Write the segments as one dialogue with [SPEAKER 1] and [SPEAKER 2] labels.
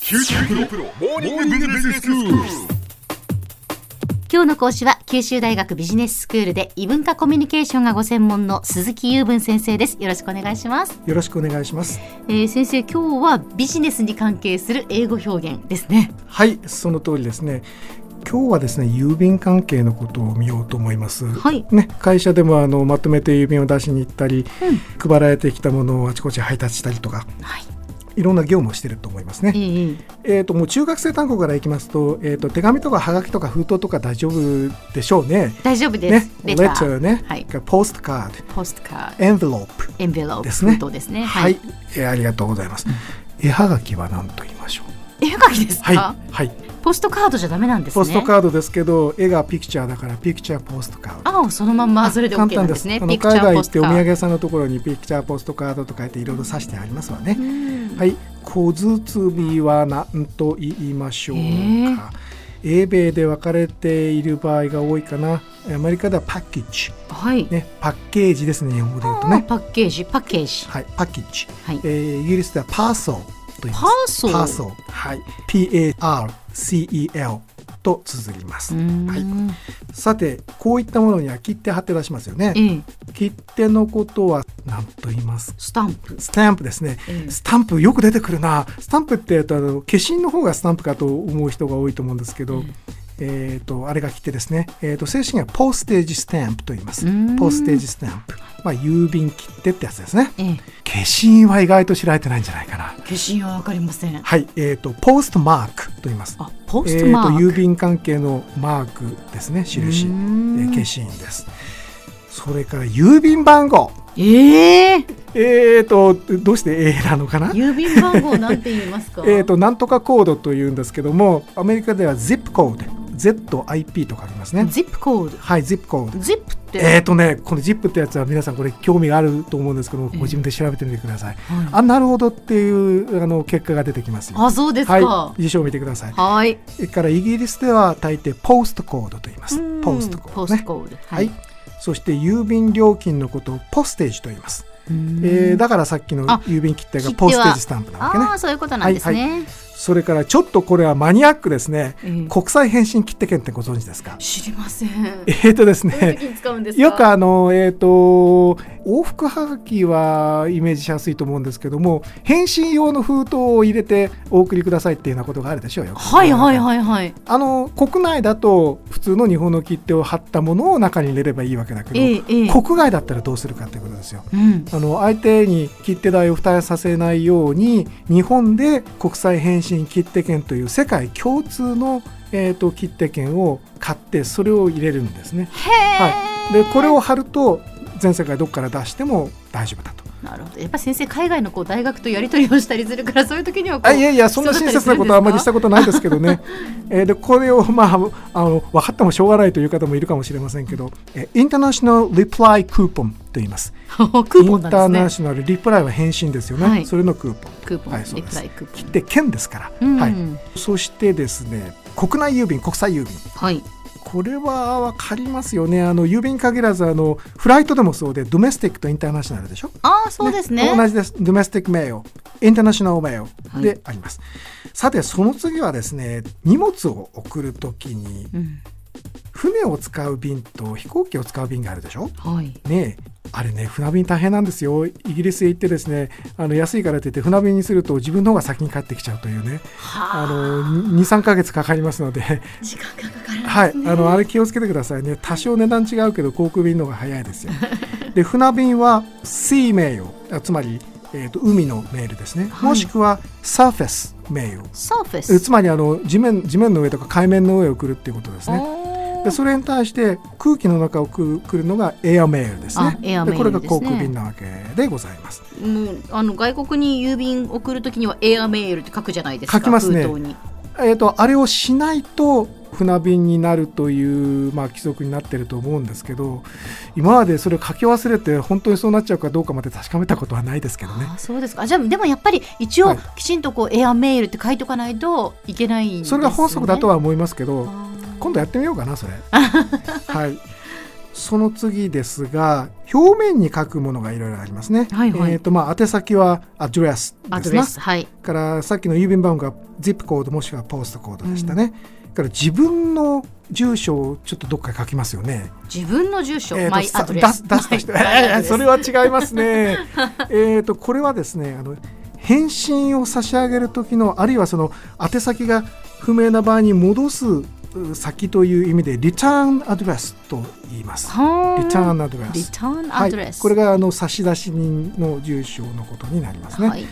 [SPEAKER 1] 九州大学モーニングビジネススクール。
[SPEAKER 2] 今日の講師は九州大学ビジネススクールで異文化コミュニケーションがご専門の鈴木雄文先生ですよろしくお願いします、
[SPEAKER 3] よろしくお願いします。
[SPEAKER 2] えー、先生今日はビジネスに関係する英語表現ですね
[SPEAKER 3] はい、その通りですね。今日はですね、郵便関係のことを見ようと思います。
[SPEAKER 2] はい
[SPEAKER 3] ね、会社でもあのまとめて郵便を出しに行ったり、配られてきたものをあちこち配達したりとか、
[SPEAKER 2] はい、
[SPEAKER 3] いろんな業務をしてると思います
[SPEAKER 2] え
[SPEAKER 3] ね。
[SPEAKER 2] ー、
[SPEAKER 3] えっ、ともう中学生単語からいきますと、えっ、と手紙とかはがきとか封筒とか大丈夫でしょうね。
[SPEAKER 2] 大丈夫で
[SPEAKER 3] ね
[SPEAKER 2] す、、
[SPEAKER 3] レ
[SPEAKER 2] レ
[SPEAKER 3] タ
[SPEAKER 2] タ
[SPEAKER 3] ー
[SPEAKER 2] ー
[SPEAKER 3] ね、
[SPEAKER 2] はい、
[SPEAKER 3] ポストカー
[SPEAKER 2] ポストカー
[SPEAKER 3] ド、エンベロープ。
[SPEAKER 2] エンベロープ
[SPEAKER 3] ですね
[SPEAKER 2] 封筒ですね
[SPEAKER 3] はい、えーありがとうございます。絵はがきは何と言いましょう。
[SPEAKER 2] 絵描きですか、
[SPEAKER 3] はい、はい。
[SPEAKER 2] ポストカードじゃダメなんですね
[SPEAKER 3] ポスト
[SPEAKER 2] ー
[SPEAKER 3] カードですけど、絵がピクチャーだからピクチャーポストカード。
[SPEAKER 2] 青そのまんまそれで OK なんですね
[SPEAKER 3] あの
[SPEAKER 2] ピクチ
[SPEAKER 3] 海
[SPEAKER 2] ャー
[SPEAKER 3] 外
[SPEAKER 2] ポ
[SPEAKER 3] 行っ
[SPEAKER 2] ス
[SPEAKER 3] て
[SPEAKER 2] ト
[SPEAKER 3] お
[SPEAKER 2] カ
[SPEAKER 3] 土
[SPEAKER 2] ー
[SPEAKER 3] 産
[SPEAKER 2] ド
[SPEAKER 3] 屋さんのところにピクチャーポストカードと書いていろいろ指してありますわね。
[SPEAKER 2] うん
[SPEAKER 3] はい、小包は何と言いましょうか。
[SPEAKER 2] えー
[SPEAKER 3] 英米で分かれている場合が多いかな。アメリカではパッケージ。
[SPEAKER 2] はい、
[SPEAKER 3] ね、パッケージですね、日本語で言うと
[SPEAKER 2] あー
[SPEAKER 3] ね。
[SPEAKER 2] パッケージパッケージ
[SPEAKER 3] はい、パッケージ。
[SPEAKER 2] はい
[SPEAKER 3] えーイギリスではパーソーと言います。
[SPEAKER 2] パーソー
[SPEAKER 3] パーソー。はい。P-A-R-C-E-L と綴ります
[SPEAKER 2] う。ーん
[SPEAKER 3] はいさてこういったものには切手貼って出しますよね
[SPEAKER 2] ええ
[SPEAKER 3] 切手のことは何と言います
[SPEAKER 2] スタンプ
[SPEAKER 3] スタンプですね、
[SPEAKER 2] ええ
[SPEAKER 3] スタンプよく出てくるなスタンプってえっとあの化身の方がスタンプかと思う人が多いと思うんですけど、えっとあれが切手ですね、えっと正式にはポステージスタンプと言います
[SPEAKER 2] うん
[SPEAKER 3] ポステージスタンプまあ郵便切手ってやつですね
[SPEAKER 2] ええ
[SPEAKER 3] 化身は意外と知られてないんじゃないかな
[SPEAKER 2] 消し印はわかりません
[SPEAKER 3] はいえっ、とポストマークと言います
[SPEAKER 2] あポ
[SPEAKER 3] え
[SPEAKER 2] ス
[SPEAKER 3] ー
[SPEAKER 2] トマーク、
[SPEAKER 3] と郵便関係のマークですね印、え
[SPEAKER 2] うーん
[SPEAKER 3] ー、消し印ですそれから郵便番号
[SPEAKER 2] ええ
[SPEAKER 3] えーとどうして A なのかな
[SPEAKER 2] 郵便番号なんて言いますか
[SPEAKER 3] えーとなんとかコードというんですけどもアメリカでは ZIP コード ZIP とかありますね
[SPEAKER 2] ジップコード
[SPEAKER 3] はい ZIP コード
[SPEAKER 2] ジップって、
[SPEAKER 3] えーとねこの ZIP ってやつは皆さんこれ興味があると思うんですけども
[SPEAKER 2] ええ
[SPEAKER 3] ご自分で調べてみてください、
[SPEAKER 2] はい
[SPEAKER 3] あなるほどっていうあの結果が出てきますよ
[SPEAKER 2] あそうですか
[SPEAKER 3] は
[SPEAKER 2] はい
[SPEAKER 3] 辞書を見てください
[SPEAKER 2] い、はい
[SPEAKER 3] それからイギリスでは大抵ポストコードと言います
[SPEAKER 2] うん
[SPEAKER 3] ポストコー
[SPEAKER 2] ポ
[SPEAKER 3] ド
[SPEAKER 2] スト
[SPEAKER 3] ね
[SPEAKER 2] コード
[SPEAKER 3] はい、そして郵便料金のことをポステージと言います、えーだからさっきの
[SPEAKER 2] あ
[SPEAKER 3] 郵便切手が
[SPEAKER 2] 切手は
[SPEAKER 3] ポステージスタンプなわけね
[SPEAKER 2] ああそういうことなんですね、
[SPEAKER 3] それからちょっとこれはマニアックですね、
[SPEAKER 2] ええ
[SPEAKER 3] 国際返信切手券ってご存知ですか
[SPEAKER 2] 知りません
[SPEAKER 3] えーとです
[SPEAKER 2] どういう
[SPEAKER 3] ね
[SPEAKER 2] 時に使うんですか
[SPEAKER 3] よくあのえっ、と往復はがきはイメージしやすいと思うんですけども返信用の封筒を入れてお送りくださいっていうようなことがあるでしょうよく
[SPEAKER 2] はいはいはいはい
[SPEAKER 3] あの国内だと普通の日本の切手を貼ったものを中に入れればいいわけだけど、
[SPEAKER 2] ええええ
[SPEAKER 3] 国外だったらどうするかということですよ。
[SPEAKER 2] うん
[SPEAKER 3] あの相手に切手代を負担させないように日本で国際返信切手券という世界共通の、えー、と切手券を買ってそれを入れるんですね。はい、でこれを貼ると全世界どこから出しても大丈夫だと。
[SPEAKER 2] なるほどやっぱ先生海外のこう大学とやり取りをしたりするからそういう時にはこう
[SPEAKER 3] あ いやいやそんな親切なことはあまりしたことないですけどね、えーでこれを、まあ、あの分かってもしょうがないという方もいるかもしれませんけど、えーインターナショナル・リプライ・クーポンと言います
[SPEAKER 2] クーポン
[SPEAKER 3] イ
[SPEAKER 2] な
[SPEAKER 3] ンター
[SPEAKER 2] んで
[SPEAKER 3] ナ
[SPEAKER 2] すね
[SPEAKER 3] ショナル・リプライは返信ですよね、
[SPEAKER 2] はい
[SPEAKER 3] それのクーポン
[SPEAKER 2] クーポン、
[SPEAKER 3] はいそう
[SPEAKER 2] リ
[SPEAKER 3] で
[SPEAKER 2] プ
[SPEAKER 3] す
[SPEAKER 2] ライクーポン
[SPEAKER 3] で券ですから、
[SPEAKER 2] うん
[SPEAKER 3] はい、そしてですね国内郵便国際郵便
[SPEAKER 2] はい
[SPEAKER 3] これは分かりますよねあの郵便に限らずあのフライトでもそうでドメスティックとインターナショナルでしょ
[SPEAKER 2] ああそうですね
[SPEAKER 3] 同じです。ドメスティック名誉、インターナショナル名
[SPEAKER 2] は
[SPEAKER 3] 誉
[SPEAKER 2] い
[SPEAKER 3] であります。さて、その次はですね、荷物を送るときに、
[SPEAKER 2] うん
[SPEAKER 3] 船を使う便と飛行機を使う便があるでしょ
[SPEAKER 2] はい
[SPEAKER 3] ねえ。あれね、船便大変なんですよ。イギリスへ行ってですね、あの安いからって言って船便にすると自分の方が先に帰ってきちゃうというね、あの、2、3ヶ月かかりますので、
[SPEAKER 2] 時間がかかるんですね
[SPEAKER 3] はい、あのあれ気をつけてくださいね。多少値段違うけど航空便の方が早 いですよ。で船便は sea 名誉、あつまりえっ、と海のメールですね。
[SPEAKER 2] はい
[SPEAKER 3] もしくは surface 名誉、
[SPEAKER 2] サーフェ
[SPEAKER 3] え
[SPEAKER 2] ス
[SPEAKER 3] つまりあの地面地面の上とか海面の上を送るっていうことですね。
[SPEAKER 2] おー
[SPEAKER 3] でそれに対して空気の中をく送るのがエアメールですね
[SPEAKER 2] あ。エアメールですね
[SPEAKER 3] これが航空便なわけでございます。
[SPEAKER 2] もうあの外国に郵便送るときにはエアメールって書くじゃないですか
[SPEAKER 3] 書きますね
[SPEAKER 2] 封筒に
[SPEAKER 3] えー、とあれをしないと船便になるという、まあ、規則になってると思うんですけど今までそれを書き忘れて本当にそうなっちゃうかどうかまで確かめたことはないですけどね
[SPEAKER 2] あそうですかあじゃあでもやっぱり一
[SPEAKER 3] は
[SPEAKER 2] 応
[SPEAKER 3] い
[SPEAKER 2] きちんとこうエアメールって書いとかないといけないんです、ね、
[SPEAKER 3] それが本則だとは思いますけど
[SPEAKER 2] あー
[SPEAKER 3] 今度やってみようかなそれはいその次ですが表面に書くものがいろいろありますね。
[SPEAKER 2] はいはい
[SPEAKER 3] えーとまあ、宛先はアドレス
[SPEAKER 2] アド
[SPEAKER 3] です
[SPEAKER 2] レ
[SPEAKER 3] な。
[SPEAKER 2] スはい
[SPEAKER 3] からさっきの郵便番号が ZIP コードもしくはポストコードでしたね。から自分の住所をちょっとどっかに書きますよね。
[SPEAKER 2] 自分の住所、
[SPEAKER 3] えーと
[SPEAKER 2] マイ
[SPEAKER 3] さ
[SPEAKER 2] アドレス
[SPEAKER 3] 出す出した人、
[SPEAKER 2] マイアドレス
[SPEAKER 3] えーそれは違いま すね。えっとこれはですねあの返信を差し上げる時のあるいはその宛先が不明な場合に戻すう先という意味でリターンアドレスと言います。
[SPEAKER 2] はー
[SPEAKER 3] リターンアドレ
[SPEAKER 2] リ
[SPEAKER 3] ス。
[SPEAKER 2] ターン
[SPEAKER 3] は
[SPEAKER 2] アドレ
[SPEAKER 3] い、
[SPEAKER 2] ス、
[SPEAKER 3] これがあの差出人の住所のことになりますね。
[SPEAKER 2] はい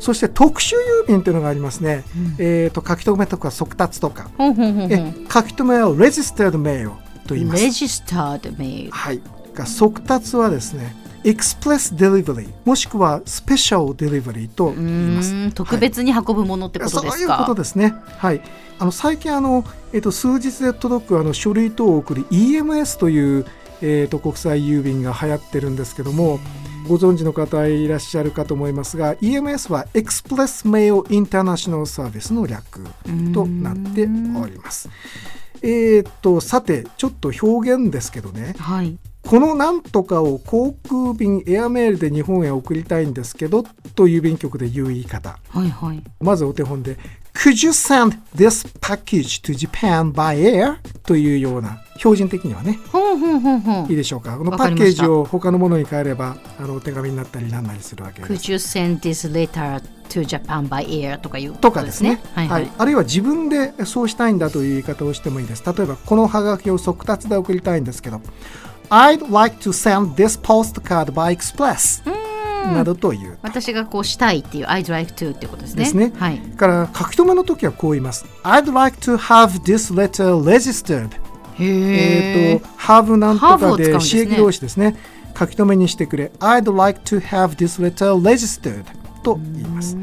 [SPEAKER 3] そして特殊郵便というのがありますね。えー、と書き留めとか速達とか、
[SPEAKER 2] ほんほんほんほ
[SPEAKER 3] え
[SPEAKER 2] ん
[SPEAKER 3] 書き留めはレジステ e d mail と言います
[SPEAKER 2] レ。ジスタードメール
[SPEAKER 3] はい、が速達はですね、express delivery もしくは special delivery と
[SPEAKER 2] う
[SPEAKER 3] 言います。
[SPEAKER 2] ーん特別に運ぶものってこと
[SPEAKER 3] そう
[SPEAKER 2] で
[SPEAKER 3] い
[SPEAKER 2] す
[SPEAKER 3] うこと
[SPEAKER 2] か。
[SPEAKER 3] ですね。はい。あの最近あのえっ、と数日で届くあの書類等を送る EMS というえっ、と国際郵便が流行ってるんですけども。ご存知の方いらっしゃるかと思いますが EMS は Express Mail International Service の略となっております。えーっとさてちょっと表現ですけどね
[SPEAKER 2] はい。
[SPEAKER 3] このなんとかを航空便エアメールで日本へ送りたいんですけどと郵便局で言う言い方
[SPEAKER 2] はいはい。
[SPEAKER 3] まずお手本で Could you send this package to Japan by air? というような標準的にはね
[SPEAKER 2] ほんほんほんほ
[SPEAKER 3] いい
[SPEAKER 2] ん。
[SPEAKER 3] でしょうかこの
[SPEAKER 2] わ
[SPEAKER 3] パ
[SPEAKER 2] かり
[SPEAKER 3] ッ
[SPEAKER 2] ま
[SPEAKER 3] ケー
[SPEAKER 2] した
[SPEAKER 3] ジを他のものに変えればあのお手紙になったりなんなりするわけです
[SPEAKER 2] Could you send this letter to Japan by air とかいうこと
[SPEAKER 3] とかですね
[SPEAKER 2] はいはい。
[SPEAKER 3] あるいは自分でそうしたいんだという言い方をしてもいいです例えばこのハガキを速達で送りたいんですけど I'd like to send this postcard by express などという
[SPEAKER 2] 私がこうしたいっていう I'd like to ってことですね。
[SPEAKER 3] ですね
[SPEAKER 2] はい。
[SPEAKER 3] から書き留めの時はこう言います I'd like to have this letter registered
[SPEAKER 2] へ
[SPEAKER 3] え
[SPEAKER 2] え
[SPEAKER 3] っ。と have なんと
[SPEAKER 2] have
[SPEAKER 3] か
[SPEAKER 2] を使うん
[SPEAKER 3] で
[SPEAKER 2] ですね
[SPEAKER 3] 刺激動詞ですね書き留めにしてくれ I'd like to have this letter registered と言います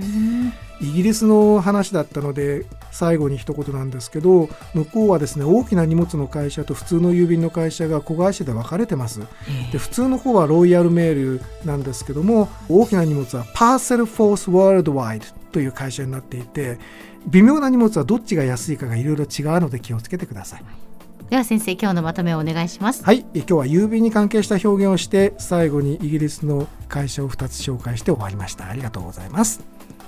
[SPEAKER 3] イギリスの話だったので最後に一言なんですけど向こうはですね大きな荷物の会社と普通の郵便の会社が子会社で分かれてますで普通の方はロイヤルメールなんですけども大きな荷物はパーセルフォースワールドワイドという会社になっていて微妙な荷物はどっちが安いかがいろいろ違うので気をつけてください
[SPEAKER 2] では先生今日のまとめをお願いします。
[SPEAKER 3] はいえ今日は郵便に関係した表現をして最後にイギリスの会社を2つ紹介して終わりましたありがとうございます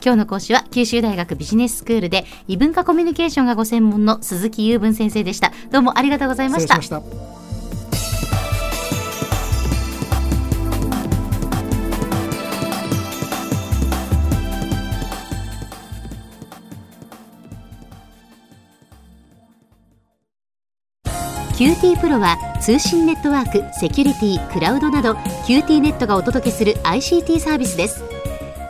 [SPEAKER 2] 今日の講師は九州大学ビジネススクールで異文化コミュニケーションがご専門の鈴木雄文先生でした。どうもありがとうございま
[SPEAKER 3] 失
[SPEAKER 2] し
[SPEAKER 3] 礼したま。した
[SPEAKER 2] QT プロは通信ネットワーク、セキュリティ、クラウドなど QT ネットがお届けする ICT サービスです